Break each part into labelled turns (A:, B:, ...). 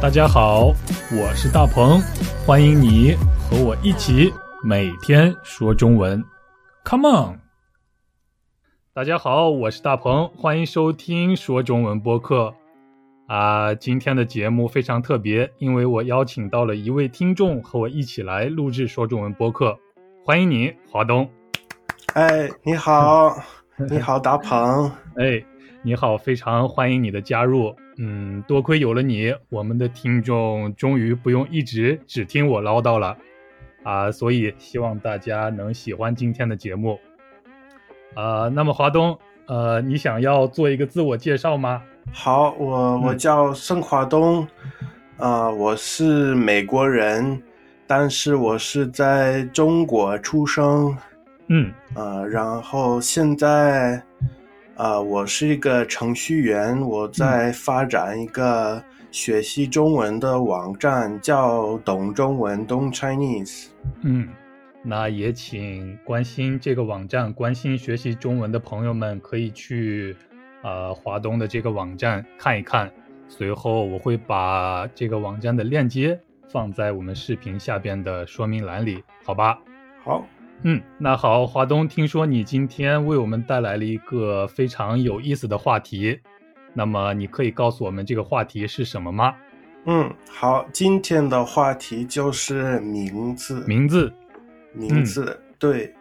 A: 大家好，我是大鹏，欢迎你和我一起每天说中文，Come on！大家好，我是大鹏，欢迎收听说中文播客。啊，今天的节目非常特别，因为我邀请到了一位听众和我一起来录制说中文播客，欢迎你，华东。
B: 哎，你好，你好，达鹏。
A: 哎，你好，非常欢迎你的加入。嗯，多亏有了你，我们的听众终于不用一直只听我唠叨了啊！所以希望大家能喜欢今天的节目。啊，那么华东，呃，你想要做一个自我介绍吗？
B: 好，我我叫盛华东，啊、我是美国人，但是我是在中国出生，
A: 嗯
B: 啊，然后现在，啊，我是一个程序员，我在发展一个学习中文的网站，叫懂中文懂 Chinese。
A: 嗯，那也请关心这个网站、关心学习中文的朋友们可以去呃华东的这个网站看一看。随后我会把这个网站的链接放在我们视频下边的说明栏里，好吧？
B: 好，
A: 嗯，那好，华东，听说你今天为我们带来了一个非常有意思的话题，那么你可以告诉我们这个话题是什么吗？
B: 嗯，好，今天的话题就是名字。
A: 名字，
B: 名字。对，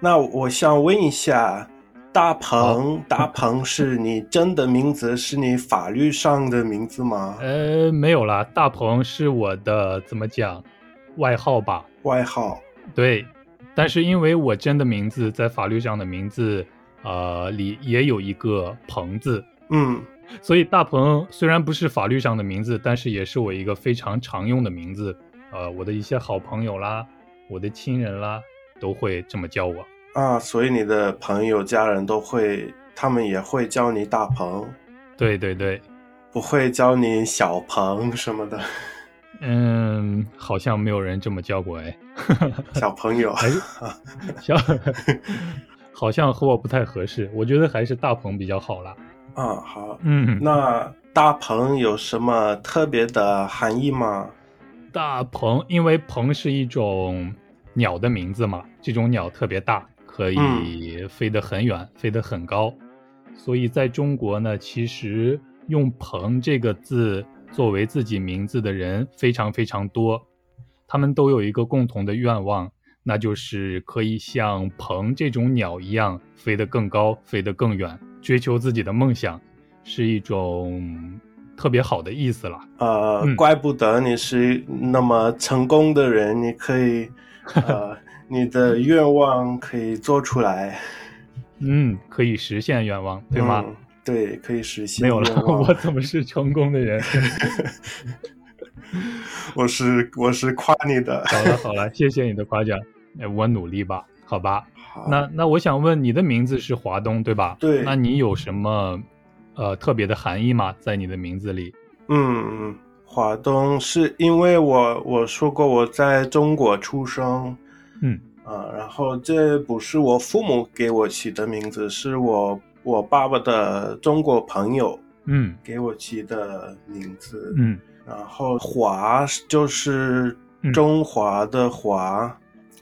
B: 那我想问一下，大鹏，大鹏是你真的名字，是你法律上的名字吗？
A: 呃，没有啦，大鹏是我的怎么讲，外号吧？
B: 外号？
A: 对，但是因为我真的名字在法律上的名字，呃，里也有一个鹏字，
B: 嗯
A: 所以大鹏虽然不是法律上的名字，但是也是我一个非常常用的名字。呃，我的一些好朋友啦，我的亲人啦，都会这么叫我。
B: 啊，所以你的朋友、家人都会，他们也会叫你大鹏，
A: 对对对，
B: 不会叫你小鹏什么的，
A: 嗯，好像没有人这么叫过哎，
B: 小朋友。
A: 还是小， 好像和我不太合适。我觉得还是大鹏比较好啦。
B: 啊，好，
A: 嗯，
B: 那大鹏有什么特别的含义吗？
A: 大鹏，因为鹏是一种鸟的名字嘛，这种鸟特别大，可以飞得很远，飞得很高，所以在中国呢，其实用“鹏”这个字作为自己名字的人非常非常多，他们都有一个共同的愿望，那就是可以像鹏这种鸟一样飞得更高，飞得更远，追求自己的梦想，是一种特别好的意思啦。
B: 呃，
A: 嗯
B: 怪不得你是那么成功的人，你可以，呃，你的愿望可以做出来，
A: 嗯，可以实现愿望， 对吗？
B: 嗯对，可以实现
A: 没有
B: 愿
A: 了，
B: 望。
A: 我怎么是成功的人？
B: 我是我是夸你的。
A: 好了好了，谢谢你的夸奖，哎，我努力吧，好吧。
B: 好
A: 那那我想问，你的名字是华东对吧？
B: 对
A: 那你有什么呃特别的含义吗？在你的名字里？
B: 嗯，华东是因为我我说过我在中国出生，
A: 嗯
B: 啊、然后这不是我父母给我起的名字，是我我爸爸的中国朋友
A: 嗯
B: 给我起的名字。
A: 嗯
B: 然后华是就是
A: 嗯
B: 中华的华，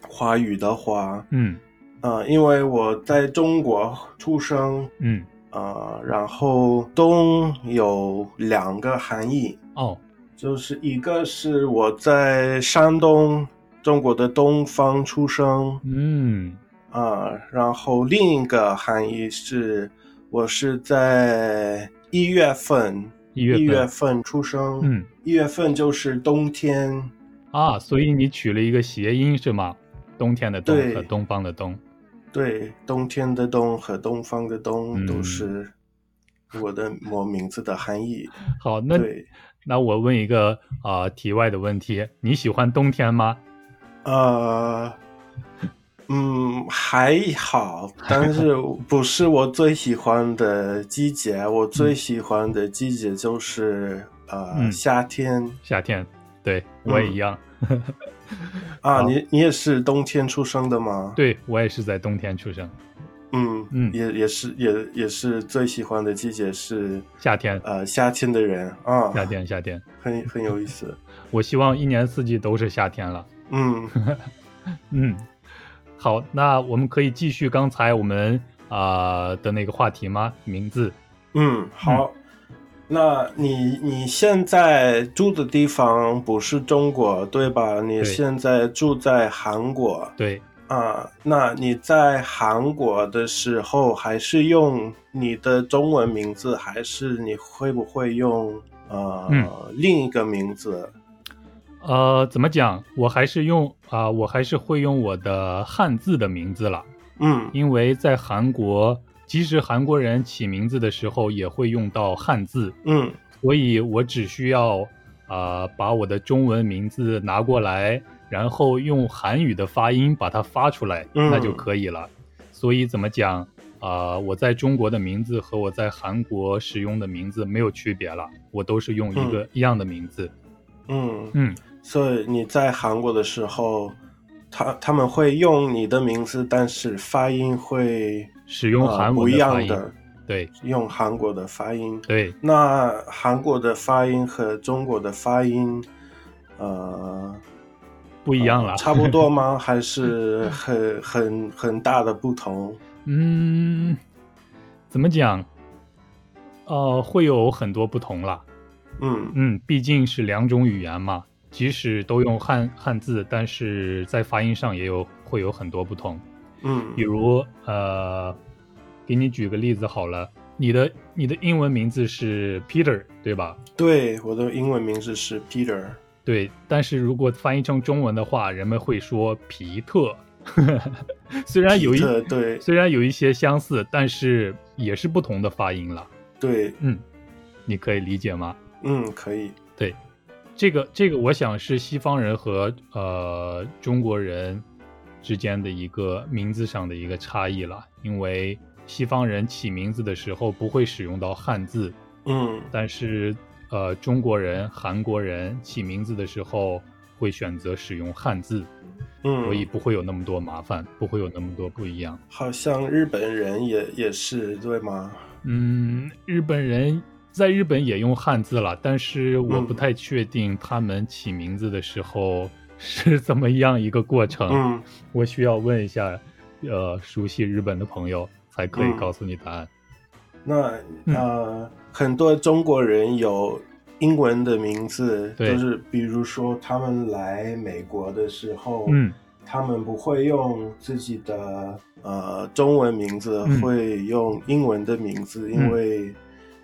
B: 华语的华。
A: 嗯
B: 呃，因为我在中国出生，
A: 嗯，
B: 呃，然后东有两个含义，
A: 哦，
B: 就是一个是我在山东，中国的东方出生，
A: 嗯
B: 啊、然后另一个含义是我是在一月份，
A: 一月份
B: 份出生，
A: 嗯
B: 一月份就是冬天，
A: 啊，所以你取了一个谐音是吗？冬天的冬
B: 对
A: 和东方的东。
B: 对，冬天的冬和东方的东
A: 嗯
B: 都是我的我名字的含义。
A: 好，那
B: 对，
A: 那我问一个啊、呃题外的问题，你喜欢冬天吗？
B: 呃，嗯，还好，但是 不是我最喜欢的季节。我最喜欢的季节就是呃
A: 嗯
B: 夏天
A: 夏天，对我也一样。
B: 啊。你你也是冬天出生的吗？
A: 对我也是在冬天出生。
B: 嗯
A: 嗯
B: 也也是也也是最喜欢的季节是
A: 夏天，
B: 呃夏天的人啊，
A: 夏天，夏天。
B: 很很有意思。
A: 我希望一年四季都是夏天了。
B: 嗯
A: 嗯，好，那我们可以继续刚才我们啊、的那个话题吗？名字
B: 嗯，好。那你你现在住的地方不是中国对吧？你
A: 对
B: 现在住在韩国
A: 对，
B: 啊？那你在韩国的时候还是用你的中文名字，还是你会不会用呃、
A: 嗯
B: 另一个名字？
A: 呃，怎么讲？我还是用啊、我还是会用我的汉字的名字了，
B: 嗯
A: 因为在韩国，即使韩国人起名字的时候也会用到汉字，
B: 嗯
A: 所以我只需要啊、把我的中文名字拿过来，然后用韩语的发音把它发出来，
B: 嗯
A: 那就可以了。所以怎么讲啊、我在中国的名字和我在韩国使用的名字没有区别了，我都是用一个、一样的名字。
B: 嗯，
A: 嗯，
B: 所以你在韩国的时候，他他们会用你的名字，但是发音会
A: 使用
B: 呃
A: 韩
B: 不
A: 文
B: 一
A: 发
B: 样
A: 音，
B: 的，
A: 对
B: 用韩国的发音。
A: 对，
B: 那韩国的发音和中国的发音，呃，
A: 不一样了。
B: 差不多吗？还 是很很很大的不同？
A: 嗯，怎么讲？呃，会有很多不同了。
B: 嗯
A: 嗯，毕竟是两种语言嘛，即使都用汉汉字，但是在发音上也有会有很多不同。
B: 嗯
A: 比如，呃，给你举个例子好了，你的你的英文名字是 Peter，对吧？
B: 对，我的英文名字是 Peter。
A: 对，但是如果翻译成中文的话，人们会说皮特。 虽然有一
B: 皮特对
A: 虽然有一些相似，但是也是不同的发音了。
B: 对，
A: 嗯，你可以理解吗？
B: 嗯，可以。
A: 这个这个，我想是西方人和呃中国人之间的一个名字上的一个差异了，因为西方人起名字的时候不会使用到汉字，
B: 嗯
A: 但是呃中国人、韩国人起名字的时候会选择使用汉字，
B: 嗯，
A: 所以不会有那么多麻烦，不会有那么多不一样。
B: 好像日本人也也是对吗？
A: 嗯，日本人在日本也用汉字了，但是我
B: 嗯
A: 不太确定他们起名字的时候 是怎么样一个过程。
B: 嗯
A: 我需要问一下，呃，熟悉日本的朋友才可以
B: 嗯
A: 告诉你答案。
B: 那
A: 嗯
B: 呃，很多中国人有英文的名字，
A: 对
B: 就是比如说他们来美国的时候，
A: 嗯，
B: 他们不会用自己的呃中文名字，
A: 嗯
B: 会用英文的名字，因为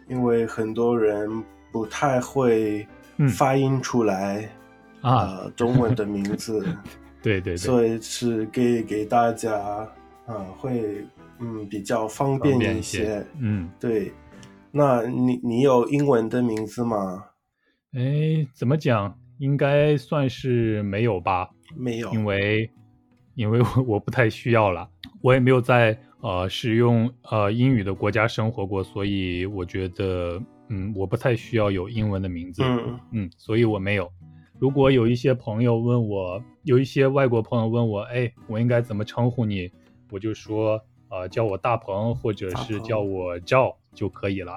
B: 因为很多人不太会
A: 嗯
B: 发音出来
A: 啊，
B: 呃中文的名字。
A: 对对对，
B: 所以是给给大家，啊，会嗯比较方便
A: 方便
B: 一
A: 一
B: 些。
A: 些。嗯，
B: 对，那你你有英文的名字吗？
A: 哎，怎么讲？应该算是没有吧，
B: 没有，
A: 因为因为我我不太需要了，我也没有在呃使用呃英语的国家生活过，所以我觉得嗯我不太需要有英文的名字，
B: 嗯
A: 嗯，所以我没有。如果有一些朋友问我，有一些外国朋友问我，哎，我应该怎么称呼你？我就说呃叫我大鹏，或者
B: 大
A: 是
B: 鹏
A: 叫我赵就可以了。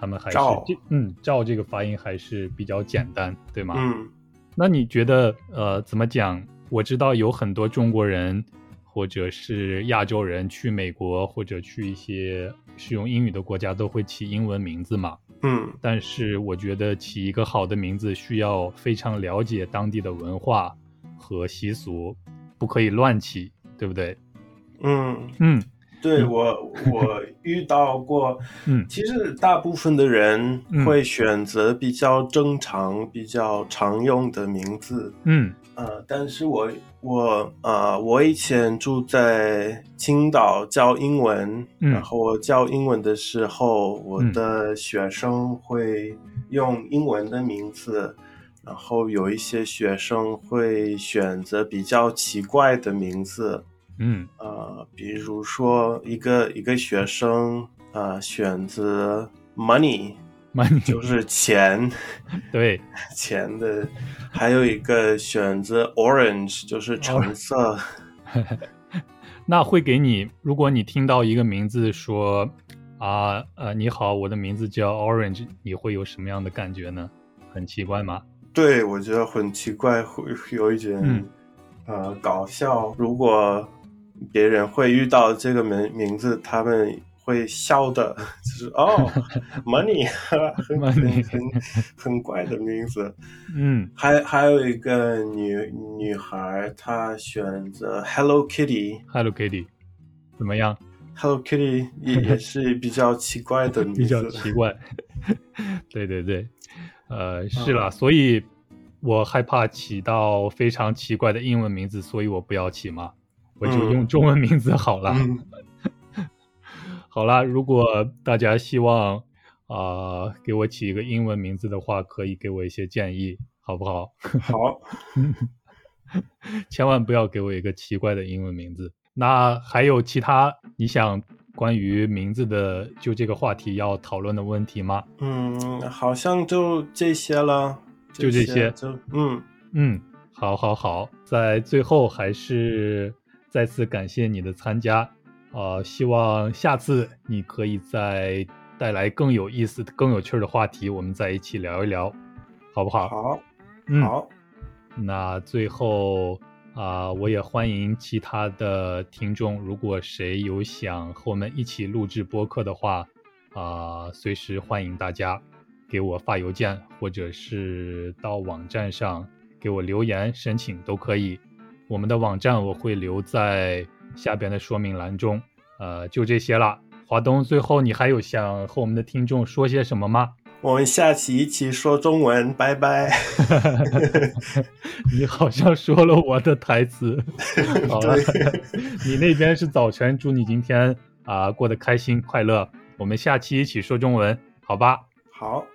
A: 他们还是
B: 赵
A: 这嗯赵这个发音还是比较简单，对吗？
B: 嗯
A: 那你觉得呃，怎么讲？我知道有很多中国人或者是亚洲人去美国或者去一些使用英语的国家都会起英文名字嘛。
B: 嗯
A: 但是我觉得起一个好的名字需要非常了解当地的文化和习俗，不可以乱起，对不对？
B: 嗯，
A: 嗯
B: 对
A: 嗯
B: 我 我遇到过，
A: 嗯
B: 其实大部分的人
A: 嗯
B: 会选择比较正常、比较常用的名字，
A: 嗯
B: 呃，但是我我呃，我以前住在青岛教英文，
A: 嗯
B: 然后我教英文的时候，我
A: 嗯
B: 的学生会用英文的名字，然后有一些学生会选择比较奇怪的名字，
A: 嗯
B: 呃，比如说一个一个学生呃选择 money
A: ，money
B: 就是钱。
A: 对
B: 钱的，还有一个选择 orange 就是橙色。
A: 那会给你，如果你听到一个名字说啊呃你好，我的名字叫 Orange，你会有什么样的感觉呢？很奇怪吗？
B: 对，我觉得很奇怪，会有一点、
A: 嗯
B: 呃搞笑。如果别人会遇到这个名名字，他们会笑的，就是 哦，money，很 很
A: Money
B: 很很怪的名字。
A: 嗯
B: 还还有一个女女孩，她选择 Hello Kitty。
A: ，Hello Kitty，怎么样？
B: Hello Kitty 也也是比较奇怪的名
A: 比较
B: 字，
A: 奇怪。 对对对，呃，是啦，所以我害怕起到非常奇怪的英文名字，所以我不要起嘛，我就
B: 嗯
A: 用中文名字好了。
B: 嗯，
A: 好啦，如果大家希望啊、呃给我起一个英文名字的话，可以给我一些建议，好不好？
B: 好，
A: 千万不要给我一个奇怪的英文名字。那还有其他你想关于名字的就这个话题要讨论的问题吗？
B: 嗯，好像就这些了，
A: 就这些
B: 就嗯，
A: 嗯，好，好，好，在最后还是再次感谢你的参加，啊、希望下次你可以再带来更有意思、更有趣儿的话题，我们在一起聊一聊，好不好？
B: 好，
A: 嗯，
B: 好，
A: 那最后啊、我也欢迎其他的听众，如果谁有想和我们一起录制播客的话，啊、随时欢迎大家给我发邮件，或者是到网站上给我留言申请都可以。我们的网站我会留在下边的说明栏中。呃，就这些啦。华东，最后你还有想和我们的听众说些什么吗？
B: 我们下期一起说中文，拜 拜。
A: 你好像说了我的台词。好了， 你那边是早晨，祝你今天啊、过得开心快乐。我们下期一起说中文，好吧？
B: 好，